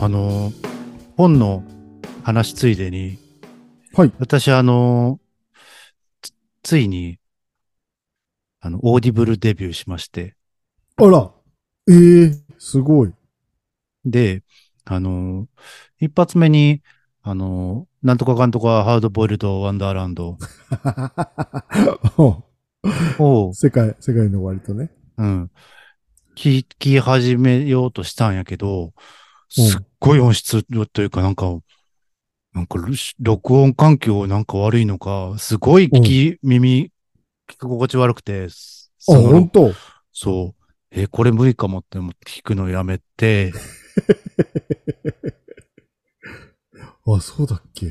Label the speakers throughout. Speaker 1: あの、本の話ついでに、
Speaker 2: はい。
Speaker 1: 私、あの、つついに、あの、オーディブルデビューしまして、
Speaker 2: あら。ええすごい。
Speaker 1: で、あの、一発目に、あの、なんとかかんとかハードボイルドワンダーランド
Speaker 2: お
Speaker 1: を、
Speaker 2: 世界、世界の終わりとね。
Speaker 1: うん、聞き始めようとしたんやけど、
Speaker 2: うん
Speaker 1: すっごい音質というか、なんか、なんかろし、録音環境なんか悪いのか、すごい聞き、耳、聞き心地悪くて、す
Speaker 2: あ、
Speaker 1: その
Speaker 2: 本当
Speaker 1: そう。え、これ無理かもって思って聞くのやめて、
Speaker 2: あ、そうだっけ。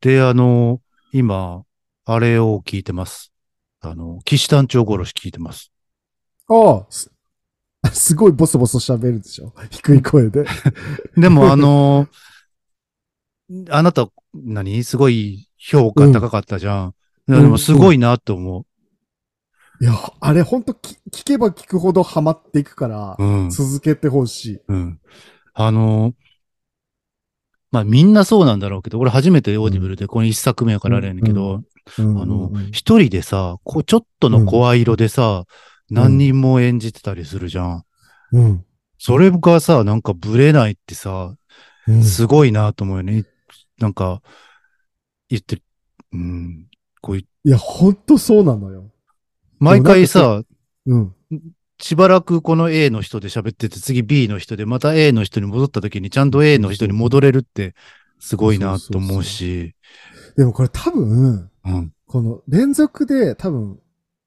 Speaker 1: で、あの、今、あれを聞いてます。あの、騎士団長殺し聞いてます。
Speaker 2: ああ、す、 すごいボソボソ喋るでしょ。低い声で。
Speaker 1: でも、あの、 あなた、何すごい評価高かったじゃん。
Speaker 2: ん
Speaker 1: いやでも、すごいなと思
Speaker 2: いや、あれ本当き聞けば聞くほどハマっていくから
Speaker 1: う。、うん。
Speaker 2: 続けてほし
Speaker 1: うん。あの、まあ、みんなそうなんだろうけど、俺初めてオーディブルでこの一作目やからあれやねんけど、
Speaker 2: い。うん
Speaker 1: あの
Speaker 2: うんうん、
Speaker 1: 一人でさ、こうちょっとの声色でさ、何人も演じてたりするじゃん。
Speaker 2: うん。
Speaker 1: それがさ、なんかブレないってさ、
Speaker 2: うん
Speaker 1: すごいなと思うよね。なんか、言って、うん、こうい
Speaker 2: いや、本当そうなのよ。
Speaker 1: 毎回さ、
Speaker 2: うん。
Speaker 1: しばらくこの A の人で喋ってて、次 B の人で、また A の人に戻った時に、ちゃんと A の人に戻れるって、すごいなと思うし、
Speaker 2: でもこれ多分、
Speaker 1: うん、
Speaker 2: この連続で多分、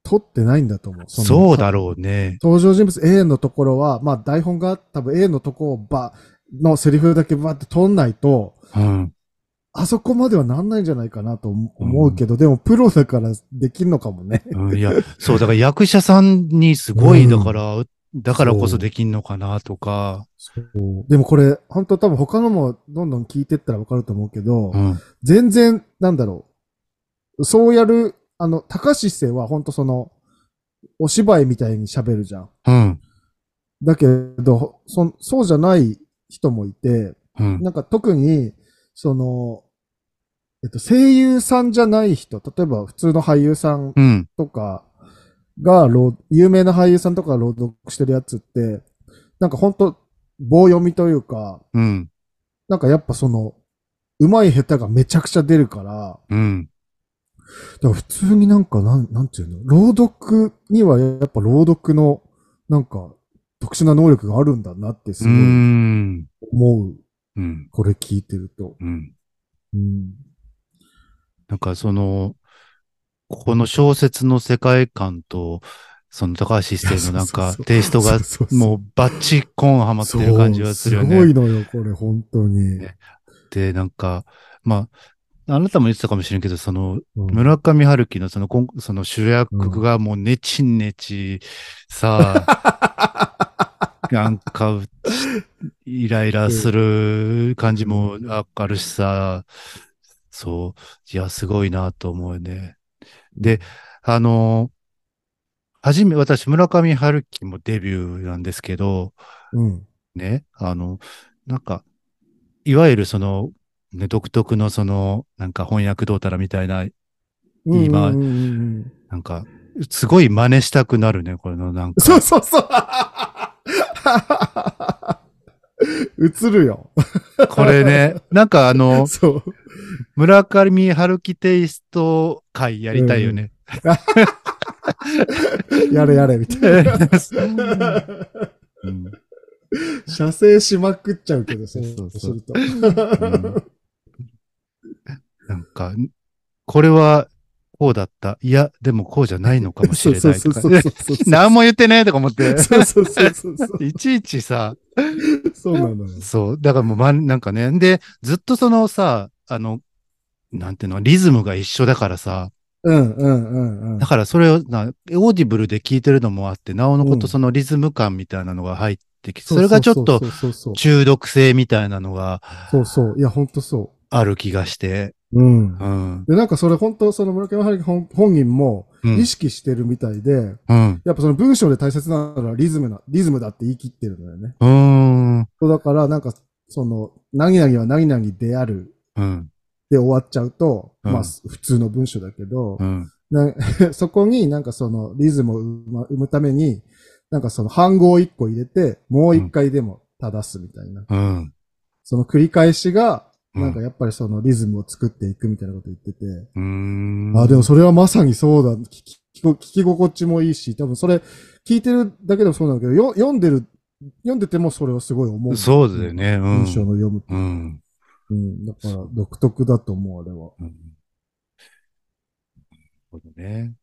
Speaker 2: 撮ってないんだと思う。の
Speaker 1: そうだろうね。
Speaker 2: 登場人物 A のところは、まあ台本が多分 A のところをば、のセリフだけばって取んないと、
Speaker 1: うん、
Speaker 2: あそこまではなんないんじゃないかなと思思うけど、でもプロだからできるのかもね。
Speaker 1: うんいや、そう、だから役者さんにすご
Speaker 2: う
Speaker 1: い、
Speaker 2: ん
Speaker 1: だから、だからこそできんのかなとか、
Speaker 2: でもこれ、本当多分他のもどんどん聞いてったらわかると思うけど、
Speaker 1: うん、
Speaker 2: 全然、なんだろう。そうやる、あの、高橋一生は本当その、お芝居みたいに喋るじゃん。
Speaker 1: うん、
Speaker 2: だけど、そんそうじゃない人もいて、
Speaker 1: うん、
Speaker 2: なんか特に、その、えっと、声優さんじゃない人、例えば普通の俳優さん
Speaker 1: うん、
Speaker 2: とかが、朗有名な俳優さんとかが朗読してるやつって、なんか本当棒読みというか、
Speaker 1: うん、
Speaker 2: なんかやっぱその、上手い下手がめちゃくちゃ出るから、
Speaker 1: うん。
Speaker 2: だから普通になんか、なん、なんていうの、朗読にはやっぱ朗読の、なんか、特殊な能力があるんだなってす
Speaker 1: うー
Speaker 2: ごい
Speaker 1: ん。
Speaker 2: 思う。
Speaker 1: うん。
Speaker 2: これ聞いてると。
Speaker 1: うん。
Speaker 2: うん。
Speaker 1: なんかその、ここの小説の世界観と、その高橋一生のなん
Speaker 2: い
Speaker 1: か
Speaker 2: やそうそうそう
Speaker 1: テイストが
Speaker 2: そうそうそう
Speaker 1: もうバッチコンハマってる感じがするよ
Speaker 2: そう
Speaker 1: ね
Speaker 2: す。ごいのよ、これ、本当に。
Speaker 1: ねで、なんか、まあ、あなたも言ってたかもしれんけど、その、
Speaker 2: うん
Speaker 1: 村上春樹のその、こんその主役がもうネチネチ、さあ、なんか、イライラする感じもあるしさ、そう、いや、すごいなと思うね。で、あの、はじめ、私、村上春樹もデビューなんですけど、
Speaker 2: うん。
Speaker 1: ね、あの、なんか、いわゆるその、ね、独特のその、なんか翻訳どうたらみたいな今
Speaker 2: うんうんうん
Speaker 1: なんか、すごい真似したくなるね、これのなん
Speaker 2: うん、
Speaker 1: か。
Speaker 2: そうそうそう映るよ。
Speaker 1: これね、 なんかあの、
Speaker 2: そう。
Speaker 1: 村上春樹テイスト会やりたいよね。
Speaker 2: やれやれ、みたいな。
Speaker 1: うん
Speaker 2: 射精しまくっちゃうけど、そう
Speaker 1: そうそう
Speaker 2: すると。
Speaker 1: んなんか、これはこうだった。いや、でもこうじゃないのかもし
Speaker 2: そう
Speaker 1: れ
Speaker 2: そう
Speaker 1: ない
Speaker 2: そ
Speaker 1: と
Speaker 2: う
Speaker 1: か
Speaker 2: そう。そう。
Speaker 1: 何も言ってねえとか思って。
Speaker 2: そうそうそうそうそう。
Speaker 1: いちいちさ、
Speaker 2: そうなのよ。
Speaker 1: そう、だからもう、ま、なんかね、で、ずっとそのさ、あの、なんていうの、リズムが一緒だからさ、
Speaker 2: うんうんうんうん
Speaker 1: だ。からそれをな、オーディブルで聞いてるのもあって、なおのこ
Speaker 2: うん
Speaker 1: とそのリズム感みたいなのが入ってきて、それがちょっと
Speaker 2: そうそうそうそう。
Speaker 1: 中毒性みたいなのが
Speaker 2: そうそう。いや、ほんとそ
Speaker 1: ある気がして、
Speaker 2: う。うん。
Speaker 1: うん。
Speaker 2: で、なんかそれ本当、その村上春樹本本人も
Speaker 1: うん
Speaker 2: 意識してるみたいで、
Speaker 1: うん。
Speaker 2: やっぱその文章で大切なのはリズムな、リズムだって言い切ってるのよね。
Speaker 1: うーん。
Speaker 2: そうだから、なんか、その、何々は何々である
Speaker 1: うん。
Speaker 2: で終わっちゃうと、
Speaker 1: うん
Speaker 2: まあ、普通の文章だけど、
Speaker 1: うん。
Speaker 2: な そこになんかそのリズムを生ま生むために、なんかその半語を一個入れて、もう一回でも正すみたいな。
Speaker 1: うん。
Speaker 2: その繰り返しが、
Speaker 1: うん
Speaker 2: なんかやっぱりそのリズムを作っていくみたいなこと言ってて。
Speaker 1: うーん。
Speaker 2: あ、でもそれはまさにそうだ。聞き聞き聞き心地もいいし、多分それ聞いてるだけでもそうなんだけど、よ読んでる、読んでてもそれをすごい思う。
Speaker 1: そうだよ。ね。うん
Speaker 2: 文。章の読む。
Speaker 1: うん。
Speaker 2: うん。だから独特だと思う、あれは。
Speaker 1: うんなるほどね。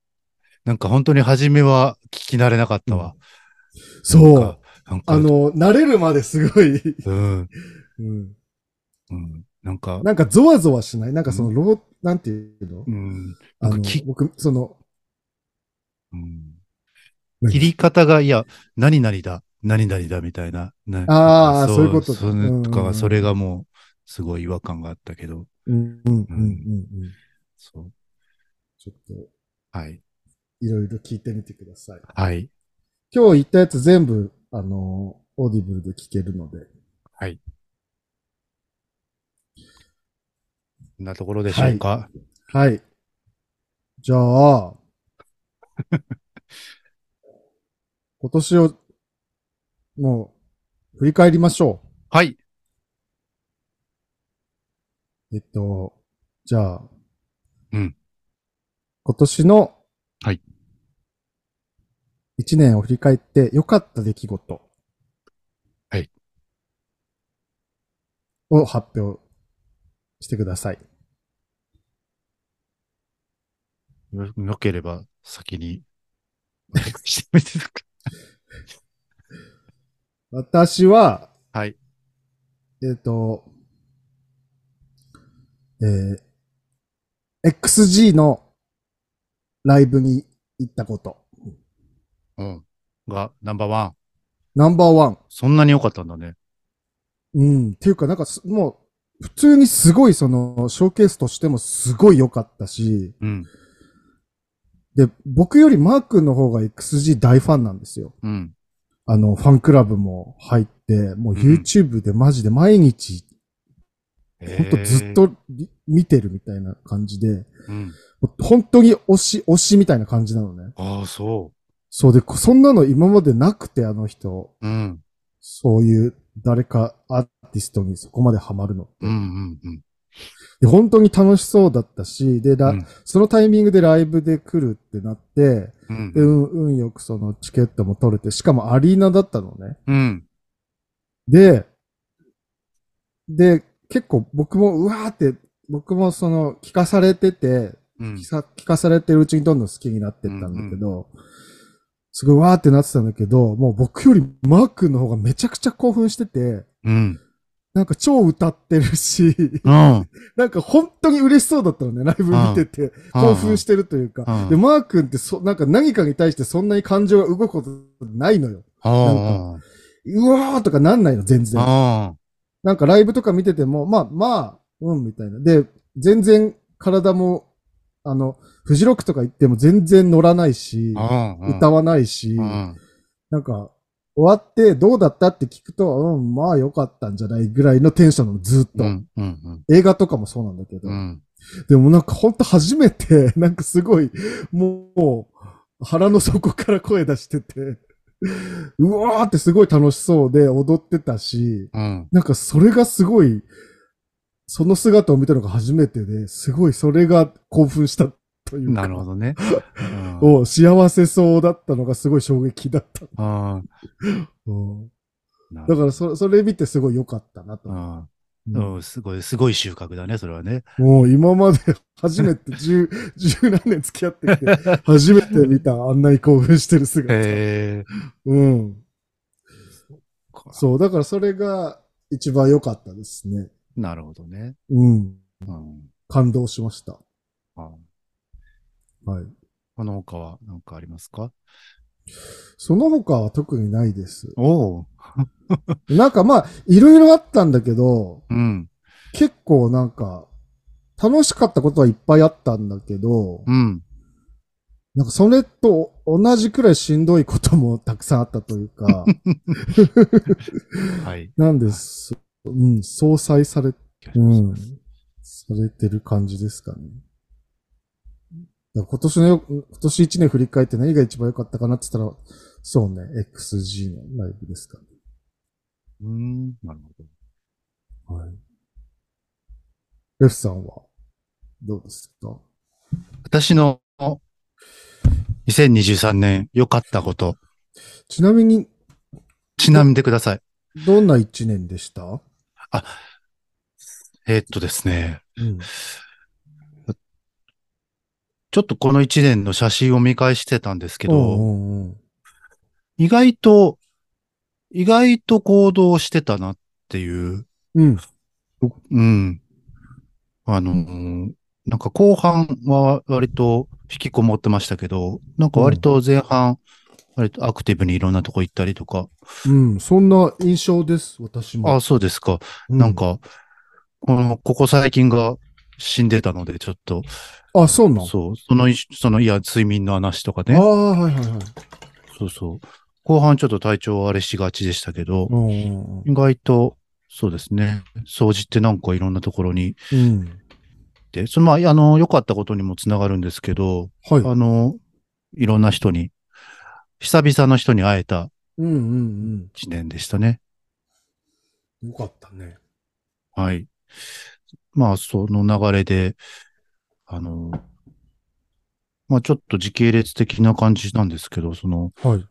Speaker 1: なんか本当に初めは聞き慣れなかったわ。
Speaker 2: そ
Speaker 1: なん
Speaker 2: う
Speaker 1: か。。なんか
Speaker 2: あ、の、慣れるまですごい、
Speaker 1: うん。
Speaker 2: うん。
Speaker 1: うん。なんか、
Speaker 2: なんかゾワゾワしないなんかその、ロー、なんていうの
Speaker 1: うん。な
Speaker 2: あ
Speaker 1: んか
Speaker 2: の
Speaker 1: き、
Speaker 2: 僕、その、
Speaker 1: うん
Speaker 2: 何
Speaker 1: 切り方が、いや、何々だ、何々だみたいな。ね
Speaker 2: あーそういうことか
Speaker 1: それ
Speaker 2: うんうんうん
Speaker 1: とかが、それがもう、すごい違和感があったけど、
Speaker 2: うん、うん、うん、うん。うん
Speaker 1: そう。
Speaker 2: ちょっと、
Speaker 1: はい。
Speaker 2: いろいろ聞いてみてください。
Speaker 1: はい。
Speaker 2: 今日言ったやつ全部、あの、オーディブルで聞けるので。
Speaker 1: はい。こんなところでしょうか。
Speaker 2: はい。じゃあ、 今年を、もう、振り返りましょ
Speaker 1: はい。
Speaker 2: う。えっと、じゃあ、
Speaker 1: うん。
Speaker 2: 今年の、
Speaker 1: はい。
Speaker 2: 一年を振り返って良かった出来事。
Speaker 1: はい。
Speaker 2: を発表してください。
Speaker 1: よ、よければ、先に、してみてくだ さ
Speaker 2: 私は、
Speaker 1: いはい。
Speaker 2: えっ、と、えー XG のライブに行ったこと。
Speaker 1: うん。が、ナンバーワン。
Speaker 2: ナンバーワン。
Speaker 1: そんなに良かったんだね。
Speaker 2: うん。っていうか、なんかす、もう、普通にすごい、その、ショーケースとしてもすごい良かったし、
Speaker 1: うん。
Speaker 2: で、僕よりマー君の方が XG 大ファンなんですよ。
Speaker 1: うん。
Speaker 2: あの、ファンクラブも入って、もう YouTube でマジで毎日、ほんとずっ
Speaker 1: へー。
Speaker 2: とり見てるみたいな感じで、
Speaker 1: うん。
Speaker 2: 本当に推し、推しみたいな感じなのね。
Speaker 1: ああ、そ
Speaker 2: そうで、こそんなの今までなくて、あの人。
Speaker 1: う。うん。
Speaker 2: そういう誰かアーティストにそこまでハマるの。
Speaker 1: うん、うん、うん。
Speaker 2: で本当に楽しそうだったし、で、ら
Speaker 1: うん
Speaker 2: そのタイミングでライブで来るってなって、
Speaker 1: うん
Speaker 2: で、うん、運よくそのチケットも取れて、しかもアリーナだったのね。
Speaker 1: うん。
Speaker 2: で、で、結構僕もうわーって、僕もその聞かされてて、
Speaker 1: うん
Speaker 2: 聞。か聞かされてるうちにどんどん好きになってったんだけど、すごいわーってなってたんだけど、もう僕よりマー君の方がめちゃくちゃ興奮してて、
Speaker 1: うん。
Speaker 2: なんか超歌ってるし、
Speaker 1: うん。
Speaker 2: なんか本当に嬉しそうだったのね、ライブ見てて、興奮してるというか。
Speaker 1: うん
Speaker 2: で、マー君ってそ、なんか何かに対してそんなに感情が動くことないのよ。
Speaker 1: あ
Speaker 2: うわーとかなんないの、全然。
Speaker 1: あ。
Speaker 2: なんかライブとか見てても、まあまあ、うん、みたいな。で、全然体も、あの、フジロックとか行っても全然乗らないし、
Speaker 1: うん。
Speaker 2: 歌
Speaker 1: わ
Speaker 2: わないし、
Speaker 1: うん。
Speaker 2: なんか、終わってどうだったって聞くと、うん、まあ良かったんじゃないぐらいのテンションなの、ずっと。
Speaker 1: うん。うん。
Speaker 2: 映画とかもそうなんだけど。
Speaker 1: うん。
Speaker 2: でもなんかほんと初めて、 なんかすごい、もう、腹の底から声出してて、うわーってすごい楽しそうで踊ってたし、
Speaker 1: うん。
Speaker 2: なんかそれがすごい、その姿を見たのが初めてで、すごいそれが興奮したというか、
Speaker 1: なるほどね。
Speaker 2: お幸せそうだったのがすごい衝撃だった。
Speaker 1: あ
Speaker 2: うん
Speaker 1: あ。
Speaker 2: だからそそれ見てすごい良かったなと。
Speaker 1: ら、うん。すごい、すごい収穫だね、それはね。
Speaker 2: もう今まで初 めて十、十何年付き合ってきて、初めて見たあんなに興奮してる姿。
Speaker 1: へえ。
Speaker 2: うん。そう、だからそれが一番良かったですね。
Speaker 1: なるほどね。
Speaker 2: うん。
Speaker 1: うん。
Speaker 2: 感動しました。
Speaker 1: あ
Speaker 2: はい。
Speaker 1: この他は何かありますか
Speaker 2: その他は特にないです。
Speaker 1: おお。
Speaker 2: なんかまあ、いろいろあったんだけど、
Speaker 1: うん。
Speaker 2: 結構なんか、楽しかったことはいっぱいあったんだけど、
Speaker 1: うん。
Speaker 2: なんかそれと同じくらいしんどいこともたくさんあったというか、
Speaker 1: はい。
Speaker 2: なんですうん、相殺され、
Speaker 1: 気がし
Speaker 2: う
Speaker 1: ます
Speaker 2: ん、されてる感じですかね。だから今年のよ、今年1年振り返って何が一番良かったかなって言ったら、そうね、XG のライブですかね。
Speaker 1: うん、なるほど。
Speaker 2: はい。レフさんは、どうですか
Speaker 1: 私の2023年良かったこと、
Speaker 2: ちなみに、
Speaker 1: ちなみでください。
Speaker 2: どんな1年でしたう
Speaker 1: えーっとですね、
Speaker 2: ん。
Speaker 1: ちょっとこの1年の写真を見返してたんですけど、
Speaker 2: うんうんうん
Speaker 1: 意外と、意外と行動してたなっていう、
Speaker 2: うん。
Speaker 1: うん。あのーなんか後半は割と引きこもってましたけど、なんか割と前半、割とアクティブにいろんなとこ行ったりとか、
Speaker 2: うん。そんな印象です、私も。
Speaker 1: あ、そうですか。
Speaker 2: う
Speaker 1: なん。か、この、ここ最近が死んでたので、ちょっと、
Speaker 2: あ、そうなの
Speaker 1: そう、その、その、いや、睡眠の話とか
Speaker 2: あ
Speaker 1: ね、
Speaker 2: あ、はいはいはい。
Speaker 1: そうそう。後半ちょっと体調あれしがちでしたけど、
Speaker 2: うんうん
Speaker 1: 意外と、そうですね。掃除ってなんかいろんなところに
Speaker 2: うん。うん。
Speaker 1: で、そのまあ、あの、良かったことにもつながるんですけど、
Speaker 2: はい。
Speaker 1: あの、いろんな人に、久々の人に会えた
Speaker 2: うんうん
Speaker 1: 一年でしたね。
Speaker 2: うん。よかったね。
Speaker 1: はい。まあ、その流れで、あの、まあ、ちょっと時系列的な感じなんですけど、その、
Speaker 2: はい。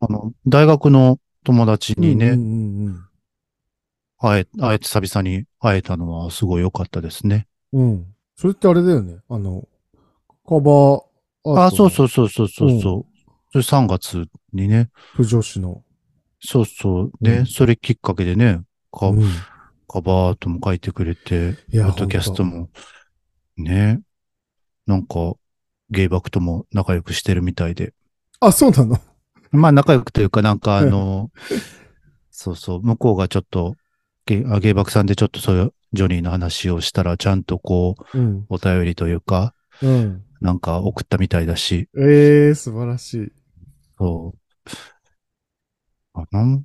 Speaker 1: あの、大学の友達にね、
Speaker 2: うんうん
Speaker 1: 会え、会え、久々に会えたのはすごい良かったですね。
Speaker 2: うん。うん。それってあれだよね。あの、カバー。
Speaker 1: あ、そうそううそうそうそうそう。それ3月にね、
Speaker 2: 不女子の。
Speaker 1: そうそう。
Speaker 2: う
Speaker 1: で、
Speaker 2: ん
Speaker 1: それきっかけでね、カ
Speaker 2: うんい
Speaker 1: カバーアートも書いてくれて、ポ
Speaker 2: や、
Speaker 1: ッドキャストも、ね、なんか、ゲイバクとも仲良くしてるみたいで。
Speaker 2: あ、そうなの
Speaker 1: まあ仲良くというか、なん かあの、そうそう、向こうがちょっと、ゲイあゲイバクさんでちょっとそういうジョニーの話をしたら、ちゃんとこう、
Speaker 2: うん。
Speaker 1: お便りというか、
Speaker 2: うん。
Speaker 1: なんか送ったみたいだし、
Speaker 2: ええー、素晴らしい。
Speaker 1: そう。あなん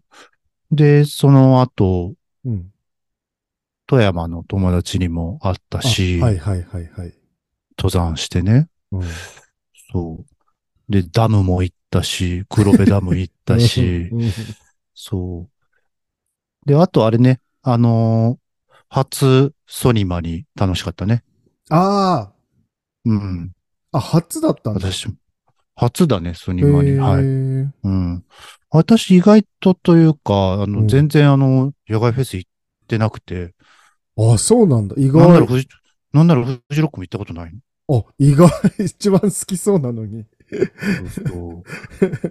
Speaker 1: で、その後、
Speaker 2: うん。
Speaker 1: 富山の友達にも会った
Speaker 2: あ
Speaker 1: し、
Speaker 2: はいはいはいはい。
Speaker 1: 登山してね。
Speaker 2: うん。、
Speaker 1: そう。で、ダムも行ったし、黒部ダム行ったし
Speaker 2: うん
Speaker 1: そう。で、あとあれね、あのー初ソニマに楽しかったね。
Speaker 2: あ
Speaker 1: うん。
Speaker 2: あ、あ、初だったんだ。
Speaker 1: 私、初だね、ソニマに。
Speaker 2: へー
Speaker 1: はい。うん。私意外とというか、あ
Speaker 2: う
Speaker 1: の、
Speaker 2: ん
Speaker 1: 全然あの、野外フェス行ってなくて、
Speaker 2: あ、そうなんだ。意
Speaker 1: なんなら
Speaker 2: 外。
Speaker 1: フジ、なんならフジロックも行ったことないの。
Speaker 2: あ、意外。 一番好きそうなのに。
Speaker 1: そう そう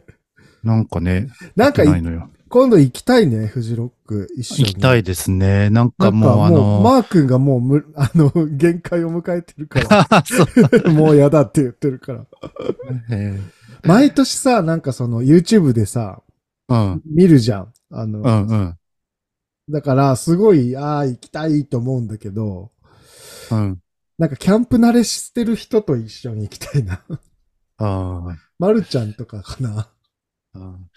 Speaker 1: なんかね、
Speaker 2: なんかい
Speaker 1: 行ってないのよ。
Speaker 2: 今度行きたいね、フジロック。一緒
Speaker 1: 行
Speaker 2: に。
Speaker 1: きた
Speaker 2: い。
Speaker 1: いですね。なんか
Speaker 2: なんか
Speaker 1: もうあ
Speaker 2: もう、
Speaker 1: の、
Speaker 2: マー君がもうむ、 あの、限界を迎えてる か
Speaker 1: そう
Speaker 2: ら、もうやだって言ってるから。
Speaker 1: え
Speaker 2: 毎年さ、なんかその、YouTube でさ、
Speaker 1: えうん。
Speaker 2: 見るじゃん。あの、
Speaker 1: うんうん。
Speaker 2: だから、すごい、ああ、行きたいと思うんだけど、
Speaker 1: うん。
Speaker 2: なんかキャンプ慣れしてる人と一緒に行きたいな。
Speaker 1: あ
Speaker 2: まるちゃんとかかな。
Speaker 1: あ。うん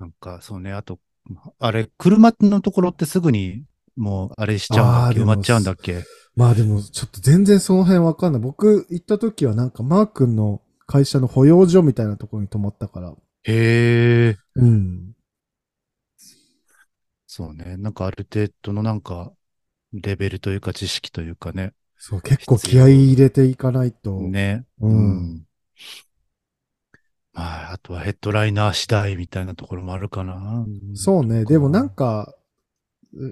Speaker 1: なんか、そうね。あと、あれ、車のところってすぐに、もう、あれしちゃうんだっけ
Speaker 2: あーで
Speaker 1: 埋
Speaker 2: も
Speaker 1: まっちゃうんだっけ
Speaker 2: まあでも、ちょっと全然その辺わかんない。僕行った時はなんかマー君の会社の保養所みたいなところに泊まったから。
Speaker 1: へえ。
Speaker 2: うん。
Speaker 1: そうね。なんか、ある程度の、なんか、レベルというか、知識というかね。
Speaker 2: そう、結構気合い入れていかないと。
Speaker 1: ね。
Speaker 2: う。
Speaker 1: うんん。まあ、あとはヘッドライナー次第みたいなところもあるかな。
Speaker 2: そうね。でもなんか、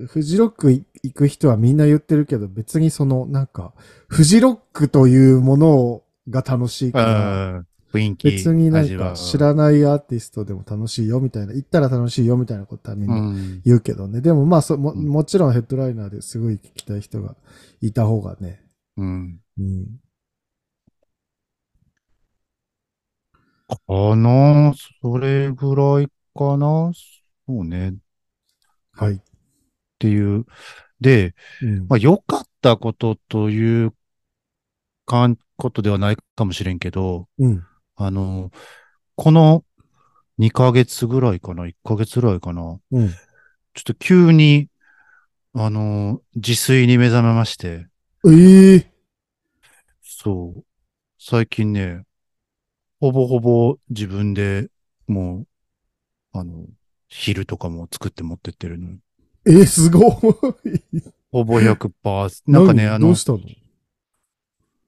Speaker 2: フジロック行く人はみんな言ってるけど、別にその、なんか、フジロックというものをが楽しいから、
Speaker 1: うん。雰囲気。
Speaker 2: 別になん
Speaker 1: 味
Speaker 2: か
Speaker 1: は
Speaker 2: 知らないアーティストでも楽しいよみたいな、行ったら楽しいよみたいなことはみん
Speaker 1: う。
Speaker 2: なん言うけどね。でもまあそも、
Speaker 1: うん
Speaker 2: もちろんヘッドライナーですごい聞きたい人がいた方がね。
Speaker 1: うん。
Speaker 2: うん。
Speaker 1: かなそれぐらいかなそうね。っ
Speaker 2: はい。
Speaker 1: ていう。で、
Speaker 2: うん
Speaker 1: まあ、良かったことというかん、ことではないかもしれんけど、
Speaker 2: うん。
Speaker 1: あの、この2ヶ月ぐらいかな ?1 ヶ月ぐらいかな
Speaker 2: うん。
Speaker 1: ちょっと急に、あの、自炊に目覚めまして、
Speaker 2: ええ
Speaker 1: そう。最近ね、ほぼほぼ自分でもう、あの、昼とかも作って持ってってるの。
Speaker 2: ええすごい。
Speaker 1: ほぼ100%。なんかね、
Speaker 2: 何
Speaker 1: あ
Speaker 2: ど
Speaker 1: の
Speaker 2: う、したの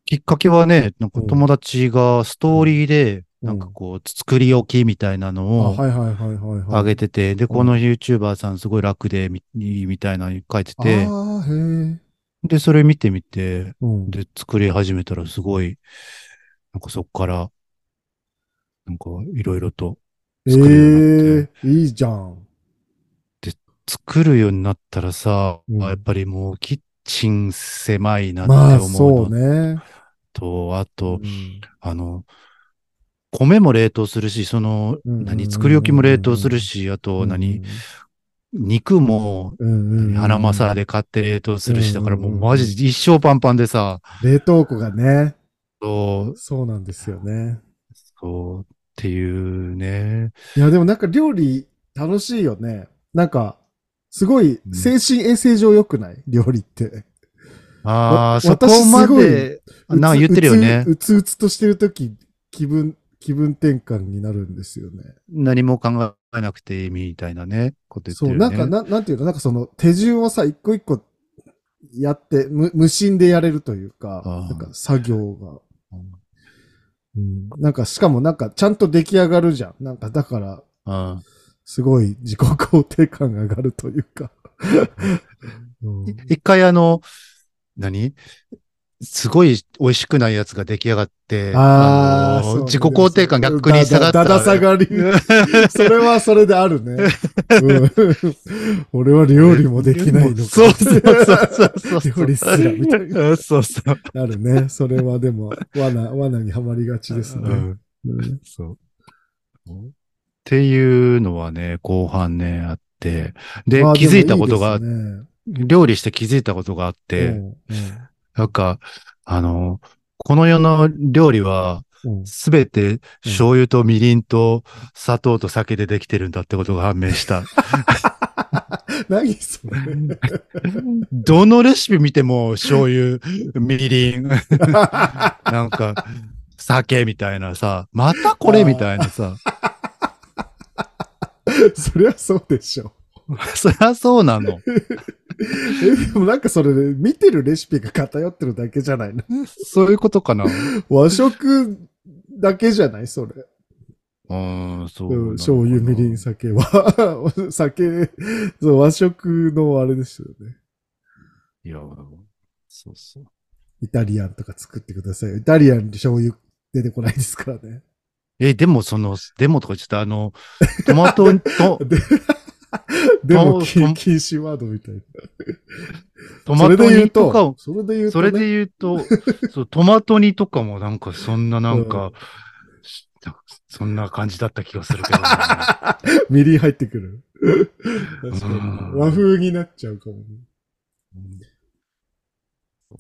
Speaker 1: きっかけはね、なんか
Speaker 2: うん
Speaker 1: 友達がストーリーで、
Speaker 2: うん
Speaker 1: なんかこう、作り置きみたいな
Speaker 2: あ、
Speaker 1: のを
Speaker 2: はいはいはいはい、はい。
Speaker 1: 上げてて、で、この YouTuber さんすごい楽で、み、みたいなの書いてて、
Speaker 2: ああ、へえ。
Speaker 1: で、それ見てみて、
Speaker 2: うん。
Speaker 1: で、作り始めたらすごい、なんかそっから、なんかいろいろと
Speaker 2: え
Speaker 1: 作るようになって、
Speaker 2: えいいじゃん。
Speaker 1: 作るようになったらさ、
Speaker 2: うん
Speaker 1: やっぱりもうキッチン狭いなっ
Speaker 2: まあ、
Speaker 1: て思
Speaker 2: そうう
Speaker 1: の
Speaker 2: ね。
Speaker 1: と、あ
Speaker 2: う
Speaker 1: と、
Speaker 2: ん
Speaker 1: あの、米も冷凍するし、その、
Speaker 2: うんうんうんうん
Speaker 1: 何、作り置きも冷凍するし、あと何、、肉も、
Speaker 2: うんうんうん、
Speaker 1: 花マサで買って冷凍するし、だからもう
Speaker 2: うんうん
Speaker 1: マジで一生パンパンでさ、
Speaker 2: 冷凍庫がね、
Speaker 1: そう、
Speaker 2: そうなんですよね。
Speaker 1: そう、っていうね。
Speaker 2: いや、でもなんか料理楽しいよね。なんか、すごい
Speaker 1: うん
Speaker 2: 精神衛生上良くない料理って。
Speaker 1: ああ、
Speaker 2: わ
Speaker 1: そこまで、なんか言ってるよね
Speaker 2: う。つうつうつとしてるとき、気分、気分転換になるんですよね。
Speaker 1: 何も考えなくていいみたいなね、こと言って
Speaker 2: そう、
Speaker 1: る
Speaker 2: な
Speaker 1: よ
Speaker 2: ん
Speaker 1: ね。
Speaker 2: か、ななんていうか、なんかその手順をさ、一個一個やって、無無心でやれるというか、
Speaker 1: あー
Speaker 2: なんか作業が。
Speaker 1: うん
Speaker 2: うん、なんか、しかもなんか、ちゃんと出来上がるじゃん。なんか、だから、
Speaker 1: うん
Speaker 2: すごい自己肯定感が上がるというか。うん
Speaker 1: 一回あの、何すごい美味しくないやつが出来上がって、
Speaker 2: あ
Speaker 1: あの
Speaker 2: ーそうね
Speaker 1: 自己肯定感逆に下がった。
Speaker 2: だだだだ下がり。 それはそれであるね。うん 俺は料理もできないのか。
Speaker 1: そうそうそうそうそう。
Speaker 2: 料理すらみたいな。
Speaker 1: うんそうそう。
Speaker 2: あるね。それはでも、罠、罠にはまりがちです
Speaker 1: う
Speaker 2: ね。
Speaker 1: ん
Speaker 2: うん
Speaker 1: そう。っていうのはね、後半ね、あって。で、
Speaker 2: あー
Speaker 1: 気づいたことが、
Speaker 2: でもいいですね
Speaker 1: 料理して気づいたことがあって、
Speaker 2: うん
Speaker 1: なんか、あの、この世の料理は、
Speaker 2: うんうん
Speaker 1: すべて醤油とみりんと砂糖と酒でできてるんだってことが判明 した。
Speaker 2: 何それ
Speaker 1: どのレシピ見ても醤油、みりん、 なんか、酒みたいなさ、またこれみたいなさ、
Speaker 2: そりゃそうでしょ。
Speaker 1: そりゃそうなの。
Speaker 2: え、 でもなんかそれ、見てるレシピが偏ってるだけじゃないの。
Speaker 1: そういうことかな。
Speaker 2: 和食だけじゃないそれ。
Speaker 1: うん、そうな
Speaker 2: う
Speaker 1: のか
Speaker 2: ん
Speaker 1: な。
Speaker 2: 醤油、みりん、酒は。 酒、そう和食のあれですよね。
Speaker 1: いや、そうそう。
Speaker 2: イタリアンとか作ってくださいよ。イタリアンに醤油出てこないですからね。
Speaker 1: え、でもその、でもとかちょっとあ の、トマトと、
Speaker 2: ででも、
Speaker 1: と
Speaker 2: 禁
Speaker 1: と
Speaker 2: 禁止ワードみたいな。
Speaker 1: ト
Speaker 2: そ
Speaker 1: マ
Speaker 2: れ
Speaker 1: ト
Speaker 2: で言
Speaker 1: 煮
Speaker 2: う
Speaker 1: とか
Speaker 2: と
Speaker 1: を、、
Speaker 2: それで言うと
Speaker 1: そ
Speaker 2: ね、
Speaker 1: れで言うと、 そう、トマト煮とかもなんかそんななんか、しそんな感じだった気がする けどね、
Speaker 2: みりん入ってくる。確かに
Speaker 1: うん
Speaker 2: 和風になっちゃうかもね。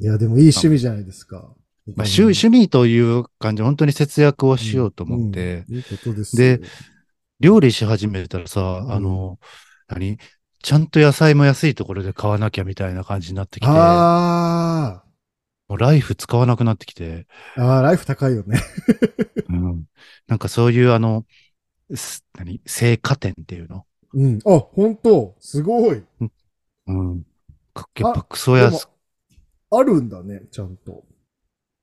Speaker 2: いや、でもいい趣味じゃないですか。
Speaker 1: まあ、趣趣味という感じ、本当に節約をしようと思って、
Speaker 2: うんうんいいことですよ
Speaker 1: で、料理し始めたらさ、あの、何ちゃんと野菜も安いところで買わなきゃみたいな感じになってきて、も
Speaker 2: あ
Speaker 1: うライフ使わなくなってきて、
Speaker 2: ーあー、ライフ高いよね。
Speaker 1: うんなんかそういうあの、す何成果店っていうの
Speaker 2: うん。あ、本当すごい。
Speaker 1: うん。かやっぱクソ安く。
Speaker 2: あるんだね、ちゃんと。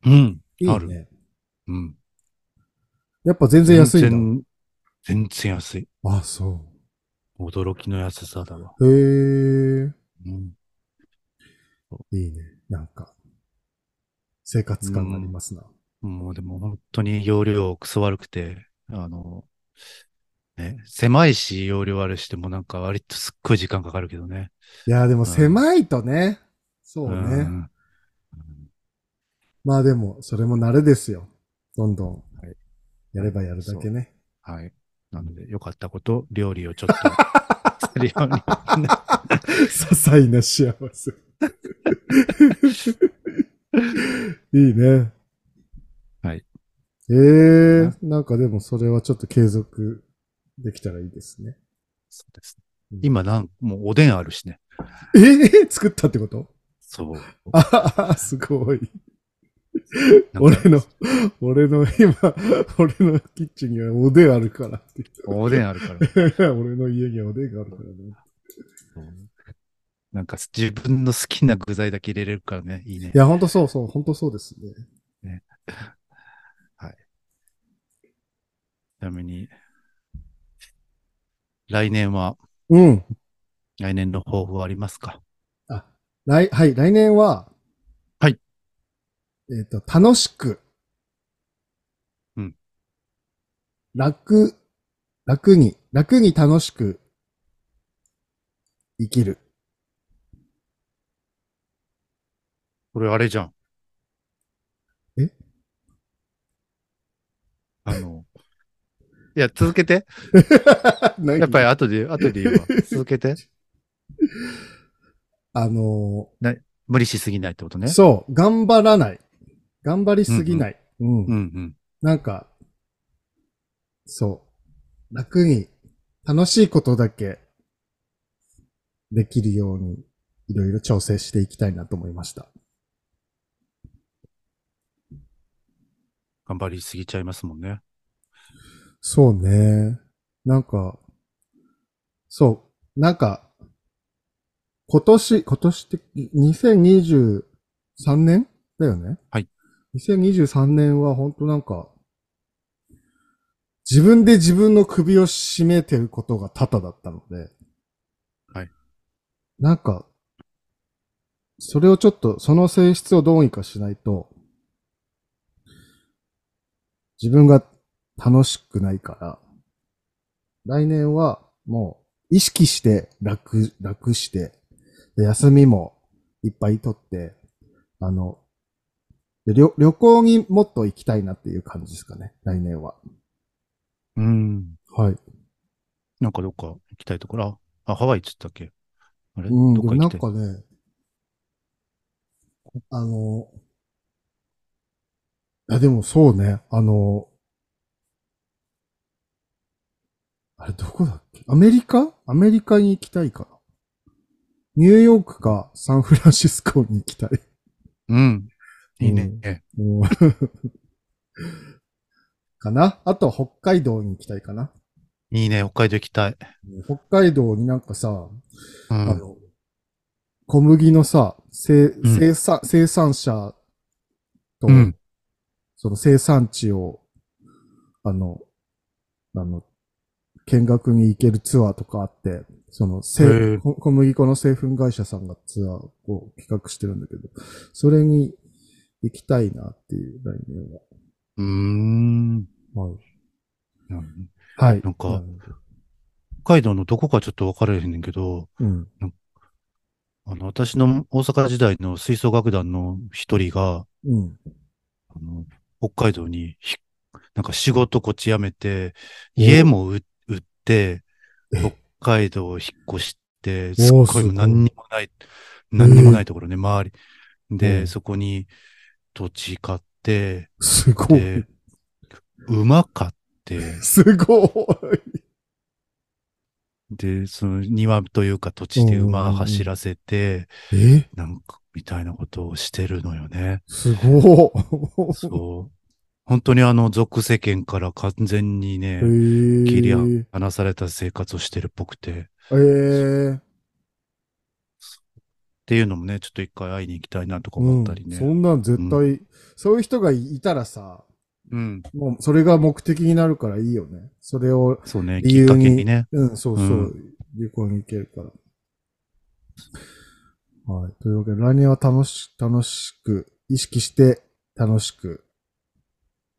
Speaker 1: うん。
Speaker 2: いい
Speaker 1: ある
Speaker 2: ね。
Speaker 1: うん。
Speaker 2: やっぱ全然安いんだ。
Speaker 1: 全然、全然安い。
Speaker 2: あ、そ
Speaker 1: 驚きの安さだわ。
Speaker 2: う。へえ。
Speaker 1: うん。
Speaker 2: いいね。なんか、生活感がありますな。
Speaker 1: もうでも本当に容量クソ悪くて、あの、ね、狭いし容量あるしでもなんか割とすっごい時間かかるけどね。
Speaker 2: いや、でも狭いとね。そうね。
Speaker 1: ん
Speaker 2: まあでも、それも慣れですよ。どんどん
Speaker 1: はい。
Speaker 2: やればやるだけね。
Speaker 1: はい。なので、よかったこと、料理をちょっとするように。
Speaker 2: 些細な幸 せ。いいね。
Speaker 1: はい。
Speaker 2: ええー、なんかでもそれはちょっと継続できたらいいですね。
Speaker 1: そうです今なん、もうおでんあるしね。
Speaker 2: えー 作ったってこと
Speaker 1: そう。
Speaker 2: ああ、すごい。
Speaker 1: なん
Speaker 2: 俺
Speaker 1: か
Speaker 2: の、俺の今、 俺のキッチンにはおでんあるからって
Speaker 1: おでんある から。
Speaker 2: 言って。俺の家にはおでんがあるからね。
Speaker 1: なんか自分の好きな具材だけ入れれるからね、いいね
Speaker 2: い。や、ほんとそうそう、ほんとそうですね。
Speaker 1: ちなみに、来年は、
Speaker 2: うん。
Speaker 1: 来年の抱負はありますか
Speaker 2: あ、来、はい、来年は、
Speaker 1: はい。
Speaker 2: えっ、と、楽しく、
Speaker 1: うん。
Speaker 2: 楽、楽に、楽に楽しく、生きる。
Speaker 1: これあれじゃん。
Speaker 2: え
Speaker 1: あの、いや、続けて。
Speaker 2: 何
Speaker 1: やっぱり後で、後で言う わ。続けて。
Speaker 2: あの
Speaker 1: 無理しすぎないってこと
Speaker 2: ー
Speaker 1: ね。
Speaker 2: そう、頑張らない。頑張りすぎない。うん
Speaker 1: う。んうん。
Speaker 2: なんか、そう、楽に、楽しいことだけ、できるように、いろいろ調整していきたいなと思いました。
Speaker 1: 頑張りすぎちゃいますもんね。
Speaker 2: そうね。なんか、そう、なんか、今年、今年って、2023年だよね
Speaker 1: はい。
Speaker 2: 2023年は本当なんか、自分で自分の首を絞めてることが多々だったので、
Speaker 1: はい。
Speaker 2: なんか、それをちょっと、その性質をどうにかしないと、自分が楽しくないから、来年はもう意識して楽、楽して、で休みもいっぱい取って、あの、で旅旅行にもっと行きたいなっていう感じですかね、来年は。
Speaker 1: うん。
Speaker 2: はい。
Speaker 1: なんかどっか行きたいところ。あ、あハワイっつったっけあれ
Speaker 2: うん、
Speaker 1: どっ
Speaker 2: で
Speaker 1: か
Speaker 2: もな
Speaker 1: 行
Speaker 2: ん
Speaker 1: きたい。
Speaker 2: かね、あの、いやでもそうね、あの、あれどこだっけアメリカアメリカに行きたいかな。ニューヨークかサンフランシスコに行きたい。
Speaker 1: うん。いいね。
Speaker 2: うんもう かなあと北海道に行きたいかな。
Speaker 1: いいね。北海道行きたい。
Speaker 2: 北海道になんかさ、
Speaker 1: う
Speaker 2: あ
Speaker 1: ん。
Speaker 2: の、小麦のさ、生
Speaker 1: ん
Speaker 2: 生産、生産者と、
Speaker 1: うん
Speaker 2: その生産地を、あの、あの、見学に行けるツアーとかあって、その、せ
Speaker 1: へー
Speaker 2: こ小麦粉の製粉会社さんがツアーを企画してるんだけど、それに行きたいなっていう来年
Speaker 1: うーん。
Speaker 2: は。はい。
Speaker 1: うん
Speaker 2: はい。
Speaker 1: なんか北海道のどこかちょっと分かれへんねんけど、
Speaker 2: うん。
Speaker 1: あの、私の大阪時代の吹奏楽団の一人が、
Speaker 2: うん。
Speaker 1: あの、北海道にひ、なんか仕事こっち辞めて、家もう売って、
Speaker 2: え
Speaker 1: 北海道を引っ越して、すっ
Speaker 2: おー
Speaker 1: ご
Speaker 2: すご
Speaker 1: い
Speaker 2: い
Speaker 1: 何にもない、何にもないところね、周り。
Speaker 2: う
Speaker 1: で、
Speaker 2: ん
Speaker 1: そこに土地買って、
Speaker 2: すごい。
Speaker 1: で、馬買って、
Speaker 2: すごい。
Speaker 1: で、その庭というか土地で馬走らせて、
Speaker 2: え
Speaker 1: なんか、みたいなことをしてるのよね。
Speaker 2: すごい。
Speaker 1: そう。本当にあの、俗世間から完全にね、切り
Speaker 2: え
Speaker 1: 離された生活をしてるっぽくて。っ
Speaker 2: えー
Speaker 1: ていうのもね、ちょっと一回会いに行きたいなとか思ったり
Speaker 2: う
Speaker 1: ね。
Speaker 2: んそんなん絶対、そういう人がいたらさ、
Speaker 1: うん。
Speaker 2: もうそれが目的になるからいいよね。それを、
Speaker 1: そうね、
Speaker 2: 理
Speaker 1: き
Speaker 2: 由
Speaker 1: っ
Speaker 2: に
Speaker 1: かけにね。
Speaker 2: うん、そうそう、
Speaker 1: うん
Speaker 2: 旅行に行けるから。はい。というわけで、来年は楽し、楽しく、意識して楽しく、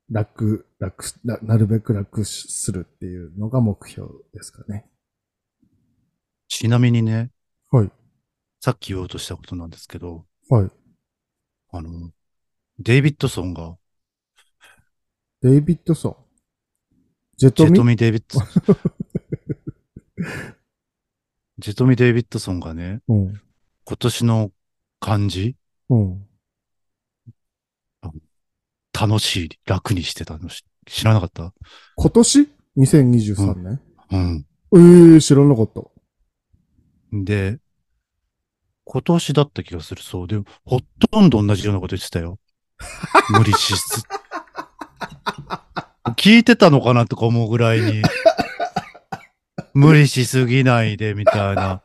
Speaker 2: 楽、楽、ななるべく楽しするっていうのが目標ですかね。
Speaker 1: ちなみにね、
Speaker 2: はい。
Speaker 1: さっき言おうとしたことなんですけど、
Speaker 2: はい。
Speaker 1: あの、デイビッドソンが、
Speaker 2: デイビッドソン。ジェッ
Speaker 1: ジ
Speaker 2: ト
Speaker 1: ェ
Speaker 2: ミ
Speaker 1: トミ・デイビッ ドソン、ジェトミ・デイビッドソンがね、
Speaker 2: うん。
Speaker 1: 今年の漢字、
Speaker 2: うん。
Speaker 1: 楽しい、楽にしてたのし知らなかった
Speaker 2: 今年 ?2023 年、
Speaker 1: うん。
Speaker 2: ええー、知らなかった。
Speaker 1: で、今年だった気がするそうで、ほとんど同じようなこと言ってたよ。無理しつつ。聞いてたのかなとか思うぐらいに。無理しすぎないで、みたいな。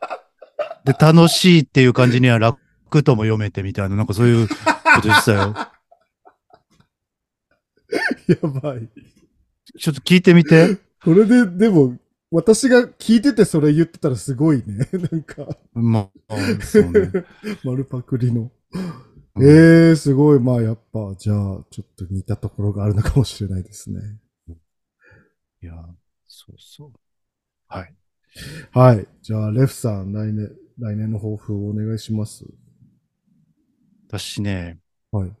Speaker 1: で、楽しいっていう感じには楽とも読めてみたいな、なんかそういうこと言ってたよ。
Speaker 2: やばい。
Speaker 1: ちょっと聞いてみて。
Speaker 2: これで、でも、私が聞いててそれ言ってたらすごいね。 なんか、
Speaker 1: まあ、そうね。
Speaker 2: 丸パクリの。
Speaker 1: うん
Speaker 2: ええー、すごい。まあ、やっぱ、じゃあ、ちょっと似たところがあるのかもしれないですね。
Speaker 1: いや、そうそう。はい。
Speaker 2: はい。じゃあ、レフさん、来年、来年の抱負をお願いします。
Speaker 1: 私ね、
Speaker 2: はい。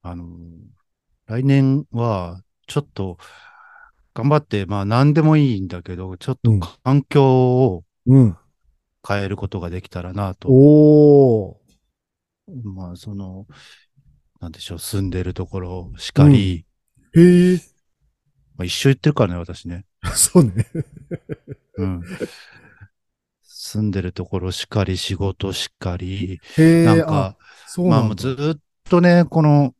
Speaker 1: あの、来年は、ちょっと、頑張って、まあ何でもいいんだけど、ちょっ
Speaker 2: うん
Speaker 1: と環境を
Speaker 2: うん。
Speaker 1: 変えることができたらなと。
Speaker 2: おー。
Speaker 1: まあその、なんでしょう、住んでるところしかり、
Speaker 2: へえ。
Speaker 1: まあ一生言ってるからね、私ね。
Speaker 2: そうね。
Speaker 1: うん。住んでるところしかり、仕事しかり、
Speaker 2: へえ。
Speaker 1: なん
Speaker 2: あ、
Speaker 1: か、
Speaker 2: そう
Speaker 1: ま
Speaker 2: な
Speaker 1: あ
Speaker 2: んだ。
Speaker 1: もうずっとね、この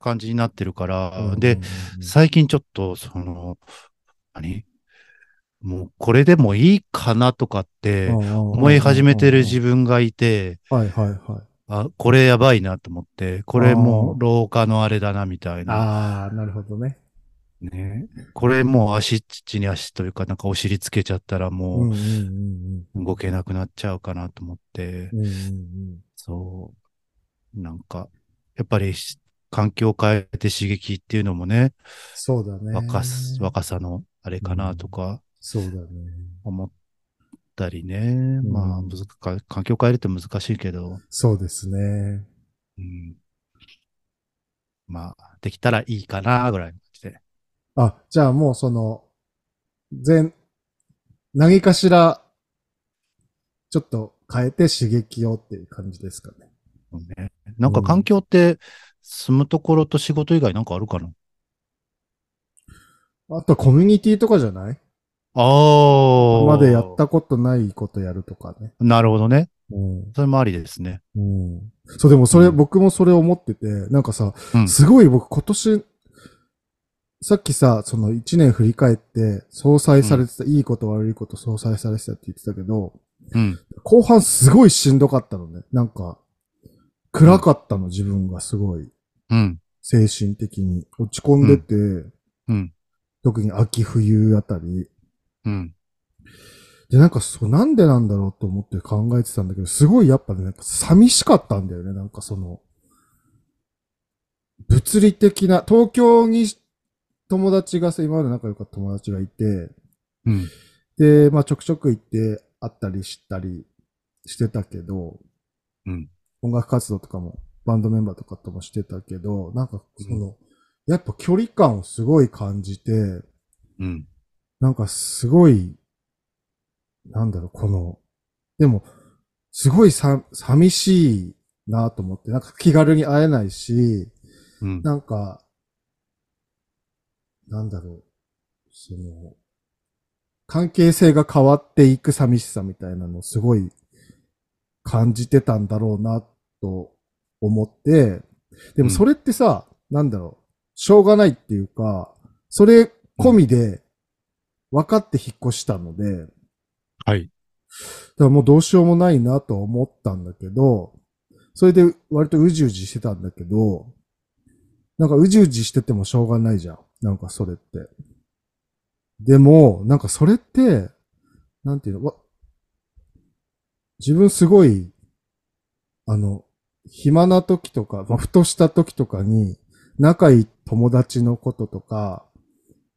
Speaker 1: 感じになってるから、
Speaker 2: うん
Speaker 1: で、、最近ちょっと、その、何もうこれでもいいかなとかって思
Speaker 2: 思
Speaker 1: い始めてる自分がいて、
Speaker 2: 分。はいはいはい。
Speaker 1: あ、これやばいなと思って、これもう廊下のあれだなみたいな。
Speaker 2: ああ、なるほどね。
Speaker 1: ね、これもう足地に足というか、なんかお尻つけちゃったら
Speaker 2: う
Speaker 1: も
Speaker 2: んうんうん
Speaker 1: う動けなくなっちゃうかなと思って、
Speaker 2: うん。うんうん
Speaker 1: そう。なんか、やっぱりし環境を変えて刺激っていうのもね、
Speaker 2: そうだね。
Speaker 1: 若す、若さのあれかなとか
Speaker 2: そうだね。
Speaker 1: 思ったりね。まあ、
Speaker 2: うん
Speaker 1: 難か環境変えるって難しいけど、
Speaker 2: そうですね。
Speaker 1: うん。まあ、できたらいいかな、ぐらいの感じで。
Speaker 2: あ、じゃあもうその、全、何かしら、ちょっと変えて刺激をっていう感じですかね。
Speaker 1: そうね、なんか環境って、住むところと仕事以外なんかあるかな
Speaker 2: あとコミュニティとかじゃ
Speaker 1: あ
Speaker 2: ない今
Speaker 1: あ。
Speaker 2: までやったことないことやるとかね。
Speaker 1: なるほどね。
Speaker 2: うん。
Speaker 1: それもありですね。
Speaker 2: うん。そう、でもそれ、
Speaker 1: うん
Speaker 2: 僕もそれ思ってて、なんかさ、
Speaker 1: うん
Speaker 2: すごい僕今年、さっきさ、その一年振り返って、総裁されてた、いいこと悪いこと総裁されてたって言ってたけど、
Speaker 1: うん。
Speaker 2: 後半すごいしんどかったのね。なんか、暗かったの、自分がすごい。
Speaker 1: うん。
Speaker 2: 精神的に。落ち込んでて、
Speaker 1: うん。
Speaker 2: 特に秋冬あたり。
Speaker 1: うん。
Speaker 2: で、なんかそう、なんでなんだろうと思って考えてたんだけど、すごいやっぱね、なんか寂しかったんだよね。なんかその、物理的な、東京に友達がさ、今まで仲良かった友達がいて、
Speaker 1: うん。
Speaker 2: で、まあちょくちょく行って会ったりしたりしてたけど、
Speaker 1: うん。
Speaker 2: 音楽活動とかも、バンドメンバーとかともしてたけど、なんかその、やっぱ距離感をすごい感じて、
Speaker 1: うん。
Speaker 2: なんかすごい、なんだろう、この、でも、すごいさ、寂しいなと思って、なんか気軽に会えないし、
Speaker 1: うん。
Speaker 2: なんか、なんだろう、その、関係性が変わっていく寂しさみたいなのをすごい感じてたんだろうなと思って、でもそれってさ、なんだろう、しょうがないっていうか、それ込みで分かって引っ越したので、だ
Speaker 1: はい。
Speaker 2: からもうどうしようもないなと思ったんだけど、それで割とうじうじしてたんだけど、なんかうじうじしててもしょうがないじゃん。なんかそれって。でも、なんかそれって、なんていうの、わ自分すごい、あの、暇な時とか、まあ、ふとした時とかに、仲いい友達のこととか、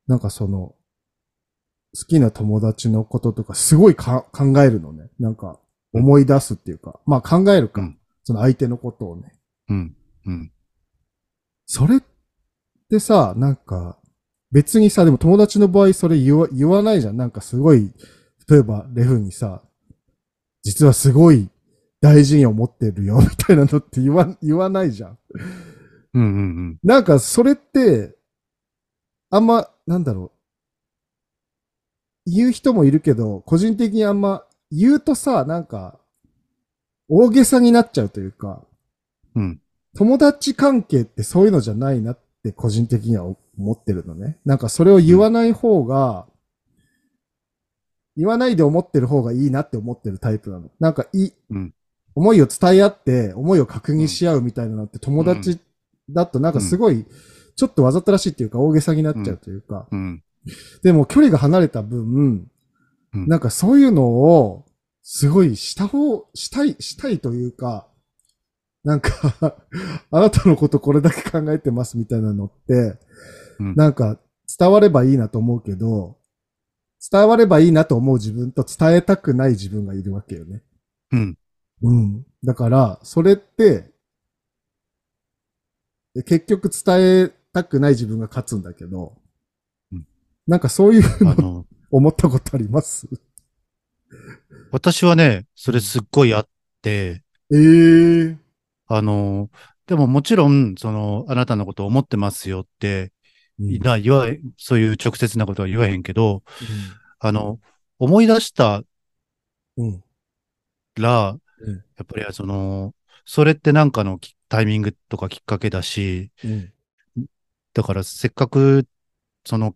Speaker 2: なんかその、好きな友達のこととか、すごいか考えるのね。なんか、思い出すっていうか、まあ考えるか、
Speaker 1: うん
Speaker 2: その相手のことをね。
Speaker 1: うん。うん。
Speaker 2: それってさ、なんか、別にさ、でも友達の場合それ言わ言わないじゃん。なんかすごい、例えばレフにさ、実はすごい大事に思ってるよ、みたいなのって言わ言わないじゃん。
Speaker 1: うん。うん。
Speaker 2: なんかそれって、あんま、なんだろう。言う人もいるけど、個人的にあんま言うとさ、なんか、大げさになっちゃうというか、
Speaker 1: うん。
Speaker 2: 友達関係ってそういうのじゃないなって個人的には思ってるのね。なんかそれを言わない方が、言わないで思ってる方がいいなって思ってるタイプなの。なんかい、
Speaker 1: うん
Speaker 2: 思いを伝え合って、思いを確認し合うみたいなのって友達だとなんかすごい、ちょっとわざとらしいっていうか大げさになっちゃうというか、
Speaker 1: うん。
Speaker 2: でも距離が離れた分、
Speaker 1: うん
Speaker 2: なんかそういうのを、すごいした方、したい、したいというか、なんか、 あなたのことこれだけ考えてますみたいなのって、
Speaker 1: うん
Speaker 2: なんか伝わればいいなと思うけど、伝わればいいなと思う自分と伝えたくない自分がいるわけよね。
Speaker 1: うん。
Speaker 2: うん。だから、それって、で結局伝えたくない自分が勝つんだけど、
Speaker 1: うん
Speaker 2: なんかそういうの
Speaker 1: あの、
Speaker 2: 思ったことあります
Speaker 1: 私はね、それすっごいあって、
Speaker 2: ええー。
Speaker 1: あの、でももちろん、その、あなたのことを思ってますよって、な、言わへん、そういう直接なことは言わへんけど、あの、思い出した
Speaker 2: うん。
Speaker 1: ら、
Speaker 2: うん
Speaker 1: やっぱりその、それってなんかのきタイミングとかきっかけだし、
Speaker 2: うん。
Speaker 1: だからせっかく、その、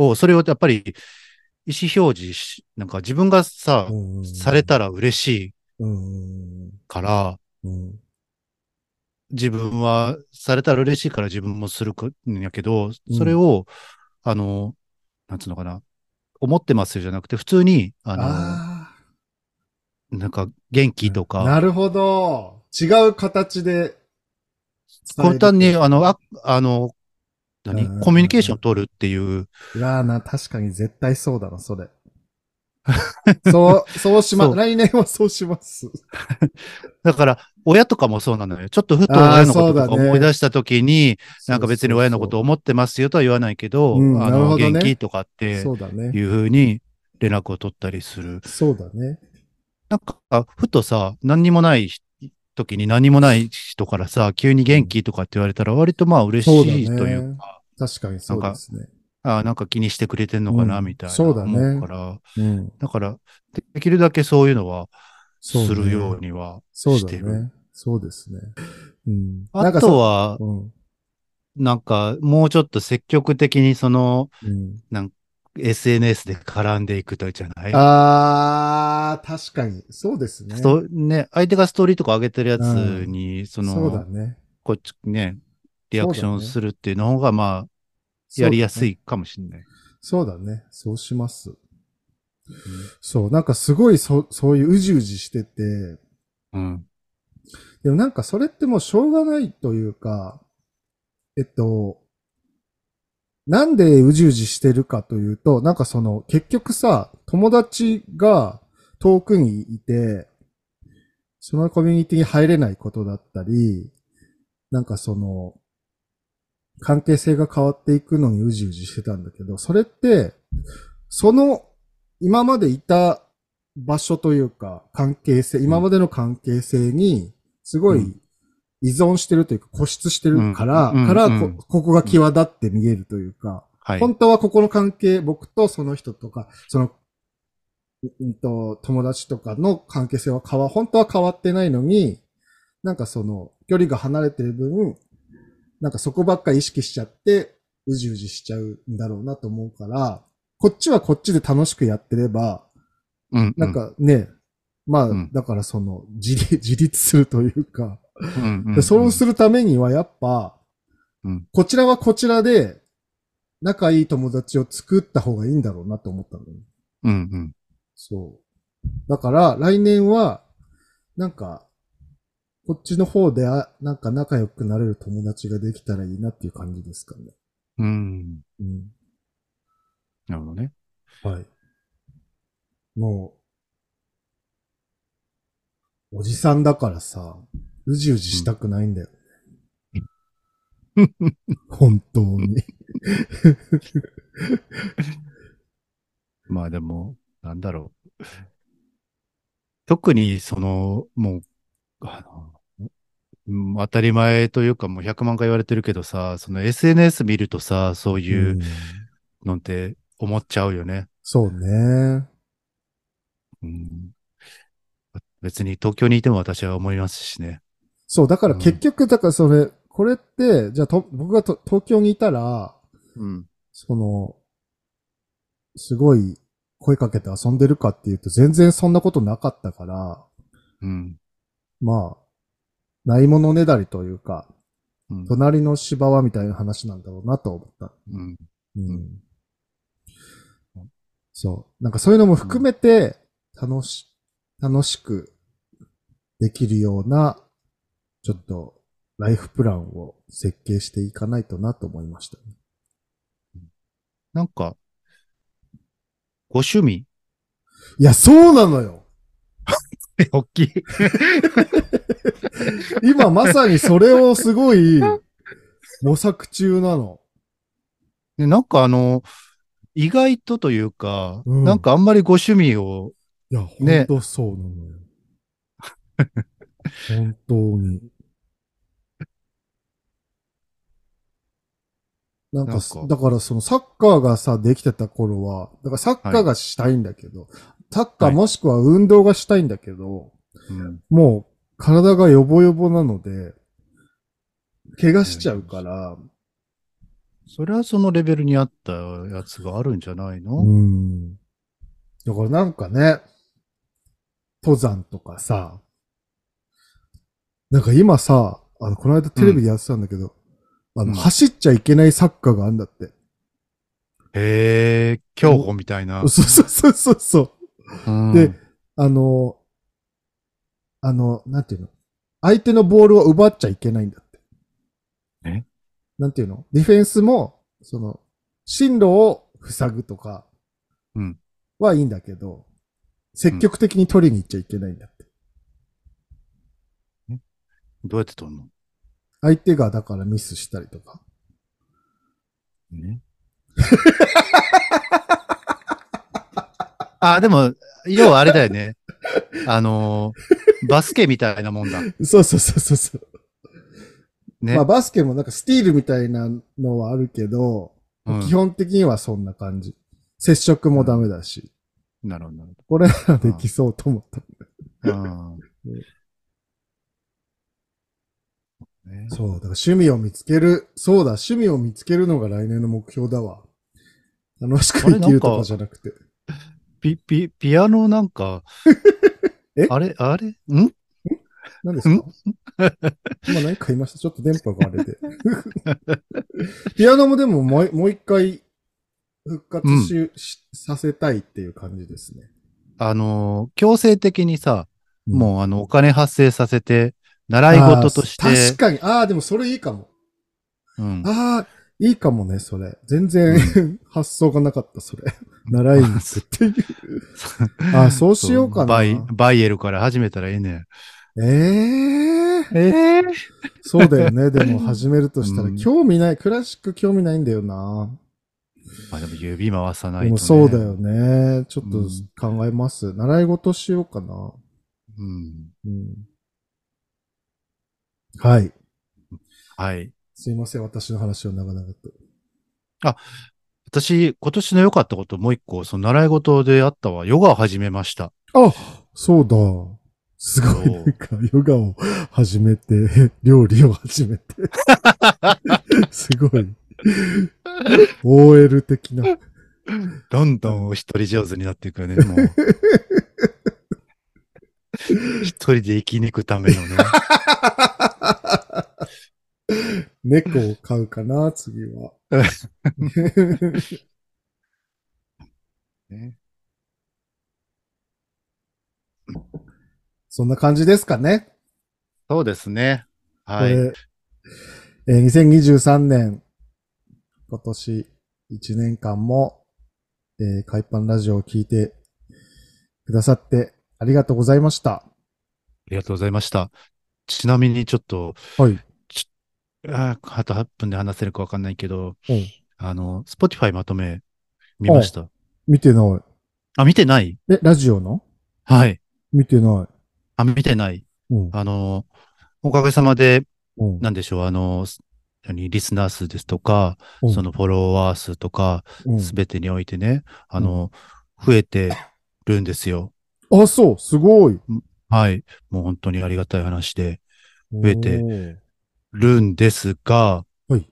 Speaker 1: を、それをやっぱり意思表示し、なんか自分がさ、
Speaker 2: うん。
Speaker 1: され。たら嬉しい
Speaker 2: うん。
Speaker 1: から、
Speaker 2: うん。
Speaker 1: 自分は、されたら嬉しいから自分もするんやけど
Speaker 2: う、ん
Speaker 1: それを、あの、なんつうのかな、思ってますよじゃなくて、普通に、あの、
Speaker 2: ああ。
Speaker 1: なんか元気とか、
Speaker 2: なるほど。違う形で。
Speaker 1: 簡単に、あの、ああの、何
Speaker 2: うん
Speaker 1: コミュニケーション取るっていう、
Speaker 2: いやーな、確かに絶対そうだな、そ れ。そう、そうしま
Speaker 1: そ、う
Speaker 2: 来年はそうします。
Speaker 1: だから、親とかもそうなのよ。ちょっとふと親のこと
Speaker 2: あー
Speaker 1: と
Speaker 2: そう
Speaker 1: か
Speaker 2: だね
Speaker 1: 思い出したときに、なんか別に親のこと
Speaker 2: を。
Speaker 1: 思ってますよとは言わないけど、
Speaker 2: うん
Speaker 1: あ
Speaker 2: なる
Speaker 1: の、
Speaker 2: ほどね
Speaker 1: 元気とかって
Speaker 2: そうだね
Speaker 1: い。うふうに連絡を取ったりする。
Speaker 2: そうだね。
Speaker 1: なんか、ふとさ、何にもない時に何もない人からさ、急に元気とかって言われたら、割とまあ嬉
Speaker 2: そうだ
Speaker 1: しい
Speaker 2: ね
Speaker 1: というか、
Speaker 2: 確かにそうですね。
Speaker 1: ああ、なんか気にしてくれてんのかな、
Speaker 2: うん
Speaker 1: みたいな。
Speaker 2: そうだね
Speaker 1: 思うから、
Speaker 2: うん。
Speaker 1: だから、できるだけそういうのは、す
Speaker 2: そうね
Speaker 1: るようには
Speaker 2: そう
Speaker 1: し
Speaker 2: だ
Speaker 1: てる。
Speaker 2: ね。そうですね。うん。な
Speaker 1: あ
Speaker 2: んかさ
Speaker 1: と、は、
Speaker 2: うん。
Speaker 1: なんか、もうちょっと積極的にその、
Speaker 2: うん。
Speaker 1: SNS で絡んでいくとじゃない
Speaker 2: あー、確かに。そうですね。
Speaker 1: ストね、相手がストーリーとか上げてるやつに、その、
Speaker 2: そうだね。
Speaker 1: こっちね、リアクショ
Speaker 2: そう
Speaker 1: ン
Speaker 2: だね
Speaker 1: するっていうの方が、まあ、やりやすいかもしれない。
Speaker 2: そうだね。そうだね。そうします。そう、なんかすごいそ、そういううじうじしてて、
Speaker 1: うん。
Speaker 2: でもなんかそれってもうしょうがないというか、えっと、なんでうじうじしてるかというと、なんかその、結局さ、友達が遠くにいて、そのコミュニティに入れないことだったり、なんかその、関係性が変わっていくのにうじうじしてたんだけど、それって、その、今までいた場所というか、関係性、今までの関係性に、すご
Speaker 1: う
Speaker 2: い
Speaker 1: ん
Speaker 2: 依存してるというか、固執してるから、
Speaker 1: うんうん
Speaker 2: から
Speaker 1: う
Speaker 2: こ
Speaker 1: ん、
Speaker 2: ここが際立って見えるというか、
Speaker 1: はい。
Speaker 2: 本当はここの関係、僕とその人とか、その、ううんと、友達とかの関係性は変わ、本当は変わってないのに、なんかその、距離が離れてる分、なんかそこばっか意識しちゃって、うじうじしちゃうんだろうなと思うから、こっちはこっちで楽しくやってれば、
Speaker 1: うん。
Speaker 2: なんかね、まあ、
Speaker 1: うんだ
Speaker 2: だからその、自立、自立するというか、
Speaker 1: うん、うんうん
Speaker 2: でそうするためにはやっぱ、
Speaker 1: うん
Speaker 2: こちらはこちらで、仲いい友達を作った方がいいんだろうなと思ったのね。
Speaker 1: うん、うん。
Speaker 2: そう。だから、来年は、なんか、こっちの方で、あ、なんか仲良くなれる友達ができたらいいなっていう感じですかね。
Speaker 1: うん。
Speaker 2: う
Speaker 1: なるほどね。
Speaker 2: ん。はい。もう、おじさんだからさ、うじうじしたくないんだよ。 本当に。
Speaker 1: まあでも、なんだろう。特に、その、もう、あの、うん当たり前というか、もう100万回言われてるけどさ、その SNS 見るとさ、そういううんのって思っちゃうよね。
Speaker 2: そうね。
Speaker 1: うん別に東京にいても私は思いますしね。
Speaker 2: そう、だから
Speaker 1: うん
Speaker 2: 結局、だからそれ、これって、じゃあと僕がと東京にいたら、
Speaker 1: うん。
Speaker 2: その、すごい声かけて遊んでるかっていうと全然そんなことなかったから、
Speaker 1: うん。
Speaker 2: まあ、ないものねだりというか、
Speaker 1: うん。
Speaker 2: 隣の芝はみたいな話なんだろうなと思った。
Speaker 1: うん。
Speaker 2: うん。そう。なんかそういうのも含めて、楽し、楽しくできるような、ちょっと、ライフプランを設計していかないとなと思いましたね。
Speaker 1: なんか、ご趣味
Speaker 2: いや、そうなのよ
Speaker 1: 大きい。
Speaker 2: 今まさにそれをすごい、模索中なの。
Speaker 1: でなんかあの、意外とというか、
Speaker 2: うん
Speaker 1: なんかあんまりご趣味を、
Speaker 2: いや、ほ
Speaker 1: ね
Speaker 2: んとそうなのよ。 本当に。なんかす
Speaker 1: なんか
Speaker 2: だからそのサッカーがさ、できてた頃は、だからサッカーがしたいんだけど、サッカーもしくは運動がしたいんだけど、
Speaker 1: うん
Speaker 2: もう体がヨボヨボなので、怪我しちゃうから、
Speaker 1: それはそのレベルに合ったやつがあるんじゃないの、
Speaker 2: うん。だからなんかね、登山とかさ、なんか今さ、あの、この間テレビでやってたんだけど、あの、
Speaker 1: うん
Speaker 2: 走っちゃいけないサッカーがあるんだって。
Speaker 1: へえ、競歩みたいな。
Speaker 2: そうそうそうそうそ
Speaker 1: う
Speaker 2: う。
Speaker 1: ん
Speaker 2: で、あの、あの、なんていうの相手のボールを奪っちゃいけないんだって。
Speaker 1: え
Speaker 2: なんていうのディフェンスも、その、進路を塞ぐとか
Speaker 1: うん、
Speaker 2: はいいんだけど、積極的に取りに行っちゃいけないんだって。
Speaker 1: どうやって撮るの、
Speaker 2: 相手がだからミスしたりとか。
Speaker 1: ね、 あ、でも、要はあれだよね。あの、バスケみたいなもんだ。
Speaker 2: そうそうそうそうそう。
Speaker 1: ね。
Speaker 2: まあバスケもなんかスティールみたいなのはあるけど、
Speaker 1: うん
Speaker 2: 基本的にはそんな感じ。接触もダメだし。
Speaker 1: なるほど、なる
Speaker 2: これなら できそうと思った。
Speaker 1: ほど。うん。ね
Speaker 2: そう、だから趣味を見つける、そうだ、趣味を見つけるのが来年の目標だわ。楽しく生きるとかじゃなくて。
Speaker 1: ピ、ピ、ピアノなんか
Speaker 2: え、
Speaker 1: あれ、あれ、ん
Speaker 2: 何ですか 今何か言いましたちょっと電波があれで。 ピアノもでももうもう一回復活し,、しさせたいっていう感じですね。
Speaker 1: あの、強制的にさ、
Speaker 2: うん
Speaker 1: もうあの、お金発生させて、習い事とし
Speaker 2: あー確
Speaker 1: て、
Speaker 2: かに。ああ、でもそれいいかも。
Speaker 1: うん。
Speaker 2: ああ、いいかもね、それ。全然、 発想がなかった、それ。 習いに行くっていう。ああ、そうしようかな。
Speaker 1: バイ、バイエルから始めたらええねん。
Speaker 2: ええ
Speaker 1: ええ
Speaker 2: そうだよ ね。でも始めるとしたら、
Speaker 1: うん
Speaker 2: 興味ない、クラシック興味ないんだよな。
Speaker 1: まあでも指回さないと、ね。
Speaker 2: でもそうだよね。ちょっと
Speaker 1: うん
Speaker 2: 考えます。習い事しようかな。
Speaker 1: うん。
Speaker 2: うん、はい。
Speaker 1: はい。
Speaker 2: すいません、私の話を長々と。
Speaker 1: 私、今年の良かったこと、もう一個、その習い事であったわ。ヨガを始めました。
Speaker 2: あそうだ。すごい、
Speaker 1: そう
Speaker 2: なんか、ヨガを始めて、 料理を始めて。 すごい。OL 的な。
Speaker 1: どんどんお一人上手になっていくよね、もう。一人で生き抜くためのね。
Speaker 2: 猫を飼うかな、次 は。
Speaker 1: ね
Speaker 2: そんな感じですかね。
Speaker 1: そうですね。はい。
Speaker 2: これえー2023年、今年1年間も、えー、海パンラジオを聞いてくださってありがとうございました。
Speaker 1: ありがとうございました。ちなみにちょっと、
Speaker 2: はい
Speaker 1: ちょあーあと8分で話せるかわかんないけど、
Speaker 2: うん
Speaker 1: あの、Spotify まとめ見ました。
Speaker 2: 見てな
Speaker 1: あ、見てない
Speaker 2: い。え、ラジオの
Speaker 1: はい。
Speaker 2: 見てな
Speaker 1: あ、見てない。
Speaker 2: い。うん。
Speaker 1: あの、おかげさまで、
Speaker 2: うん。
Speaker 1: なんでしょう、あの、す何リスナー数ですとか、
Speaker 2: うん
Speaker 1: そのフォロワー数とか、
Speaker 2: うん
Speaker 1: すべてにおいてね、あの、増えてるんですよ。
Speaker 2: あ、そう、すごい。
Speaker 1: はい。もう本当にありがたい話で、増えて
Speaker 2: おー。
Speaker 1: るんですが、
Speaker 2: はい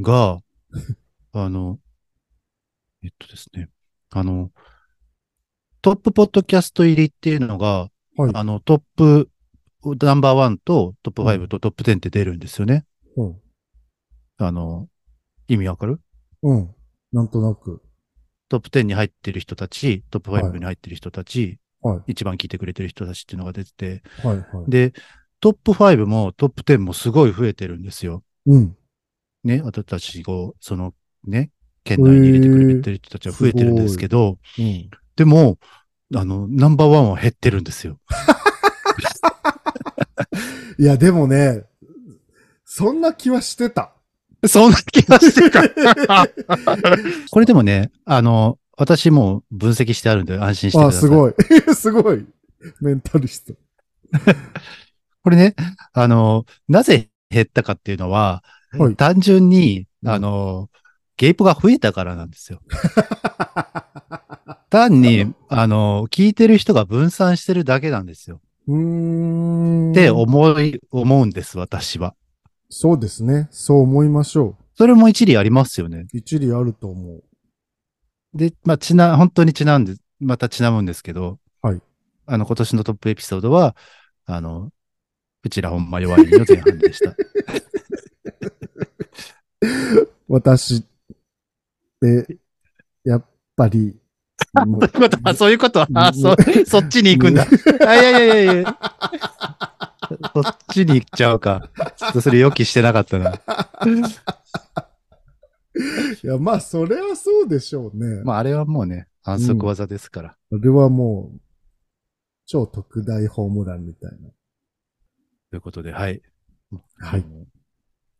Speaker 1: が、 あの、えっとですね、あの、トップポッドキャスト入りっていうのが、
Speaker 2: はい
Speaker 1: あの、トップ、ナンバーワンとトップ
Speaker 2: う
Speaker 1: 5
Speaker 2: ん
Speaker 1: とトップ10って出るんですよね。
Speaker 2: うん。
Speaker 1: あの、意味わかる
Speaker 2: うん。なんとなく。
Speaker 1: トップ10に入ってる人たち、トップ
Speaker 2: は
Speaker 1: 5
Speaker 2: い
Speaker 1: に入ってる人たち、
Speaker 2: は
Speaker 1: 一番聞いてくれてる人たちっていうのが出てて、
Speaker 2: い。はい。はい。
Speaker 1: で、トップ5もトップ10もすごい増えてるんですよ。
Speaker 2: うん。
Speaker 1: ね、私たちを、そのね、県内に入れてくれてる人たちは増えてるんですけど、
Speaker 2: うん。
Speaker 1: でも、あの、ナンバーワンは減ってるんですよ。
Speaker 2: いや、でもね、そんな気はして た。
Speaker 1: そんな気がしてた。 これでもね、あの、私も分析してあるんで安心してくだ
Speaker 2: あ、
Speaker 1: さい。
Speaker 2: すごい。 すごい。メンタリスト。
Speaker 1: これね、あの、なぜ減ったかっていうのは、
Speaker 2: はい。
Speaker 1: 単純に、
Speaker 2: うん
Speaker 1: あの、ゲイプが増えたからなんですよ。単に、あの、聞いてる人が分散してるだけなんですよ。
Speaker 2: うーん。
Speaker 1: って思い、思うんです、私は。
Speaker 2: そうですね。そう思いましょ
Speaker 1: それも一理ありますよね。
Speaker 2: う。一理あると思う。
Speaker 1: で、まあ、ちな、本当にちなんで、またちなむんですけど、
Speaker 2: はい。
Speaker 1: あの、今年のトップエピソードは、あの、うちらほんま弱いの前半で した。
Speaker 2: 私って、やっぱ り、もう
Speaker 1: あ、そういうことは、
Speaker 2: あそ
Speaker 1: そっちに
Speaker 2: 行くんだ。
Speaker 1: あ、いやいやいやいや。 そっちに行っちゃうか。ちょっとそれ予期してなかった な。
Speaker 2: いや、まあ、それはそうでしょうね。
Speaker 1: まあ、あれはもうね、反則技ですから。
Speaker 2: それはもう、超特大ホームランみたい
Speaker 1: ということで、はい。
Speaker 2: な。はい。。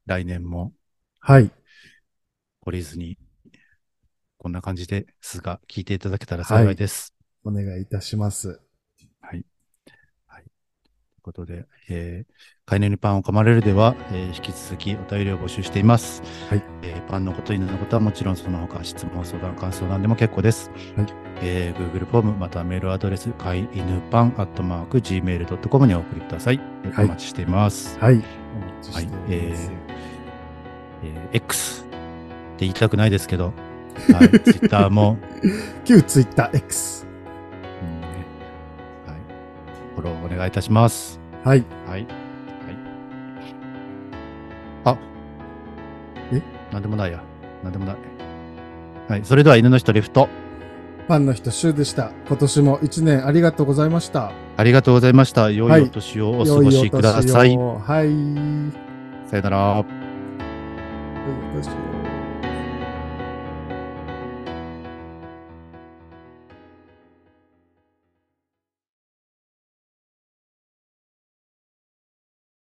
Speaker 1: 来年も
Speaker 2: はい。
Speaker 1: 懲りずに、こんな感じですが、聞いていただけたら幸いです。
Speaker 2: お願いいたします。
Speaker 1: ということで、えー、飼い犬にパンを噛まれるでは、えー引き続きお便りを募集しています。
Speaker 2: はい
Speaker 1: えーパンのこと、犬のことはもちろんその他、質問、相談、感想なんでも結構です。
Speaker 2: はい
Speaker 1: えー Google フォーム、またはメールアドレス、飼い犬パン、アットマーク、gmail.com にお送りください。えー
Speaker 2: はい
Speaker 1: お待ちしています。
Speaker 2: はい。お待ちしております。
Speaker 1: はいえー X って言いたくないですけ ど、はい、Twitter も、
Speaker 2: 旧ツイッター X。
Speaker 1: うんねはい、フォローお願いいたします。
Speaker 2: はい。
Speaker 1: はい。はい。あ。
Speaker 2: え
Speaker 1: なんでもないや。なんでもない。はい。それでは犬の人リフト。
Speaker 2: ファンの人、シュウでした。今年も一年ありがとうございました。
Speaker 1: ありがとうございました。良
Speaker 2: はいい
Speaker 1: お年をお過ごしください。
Speaker 2: 良いお年をはい。
Speaker 1: さよなら。
Speaker 2: 良いお年を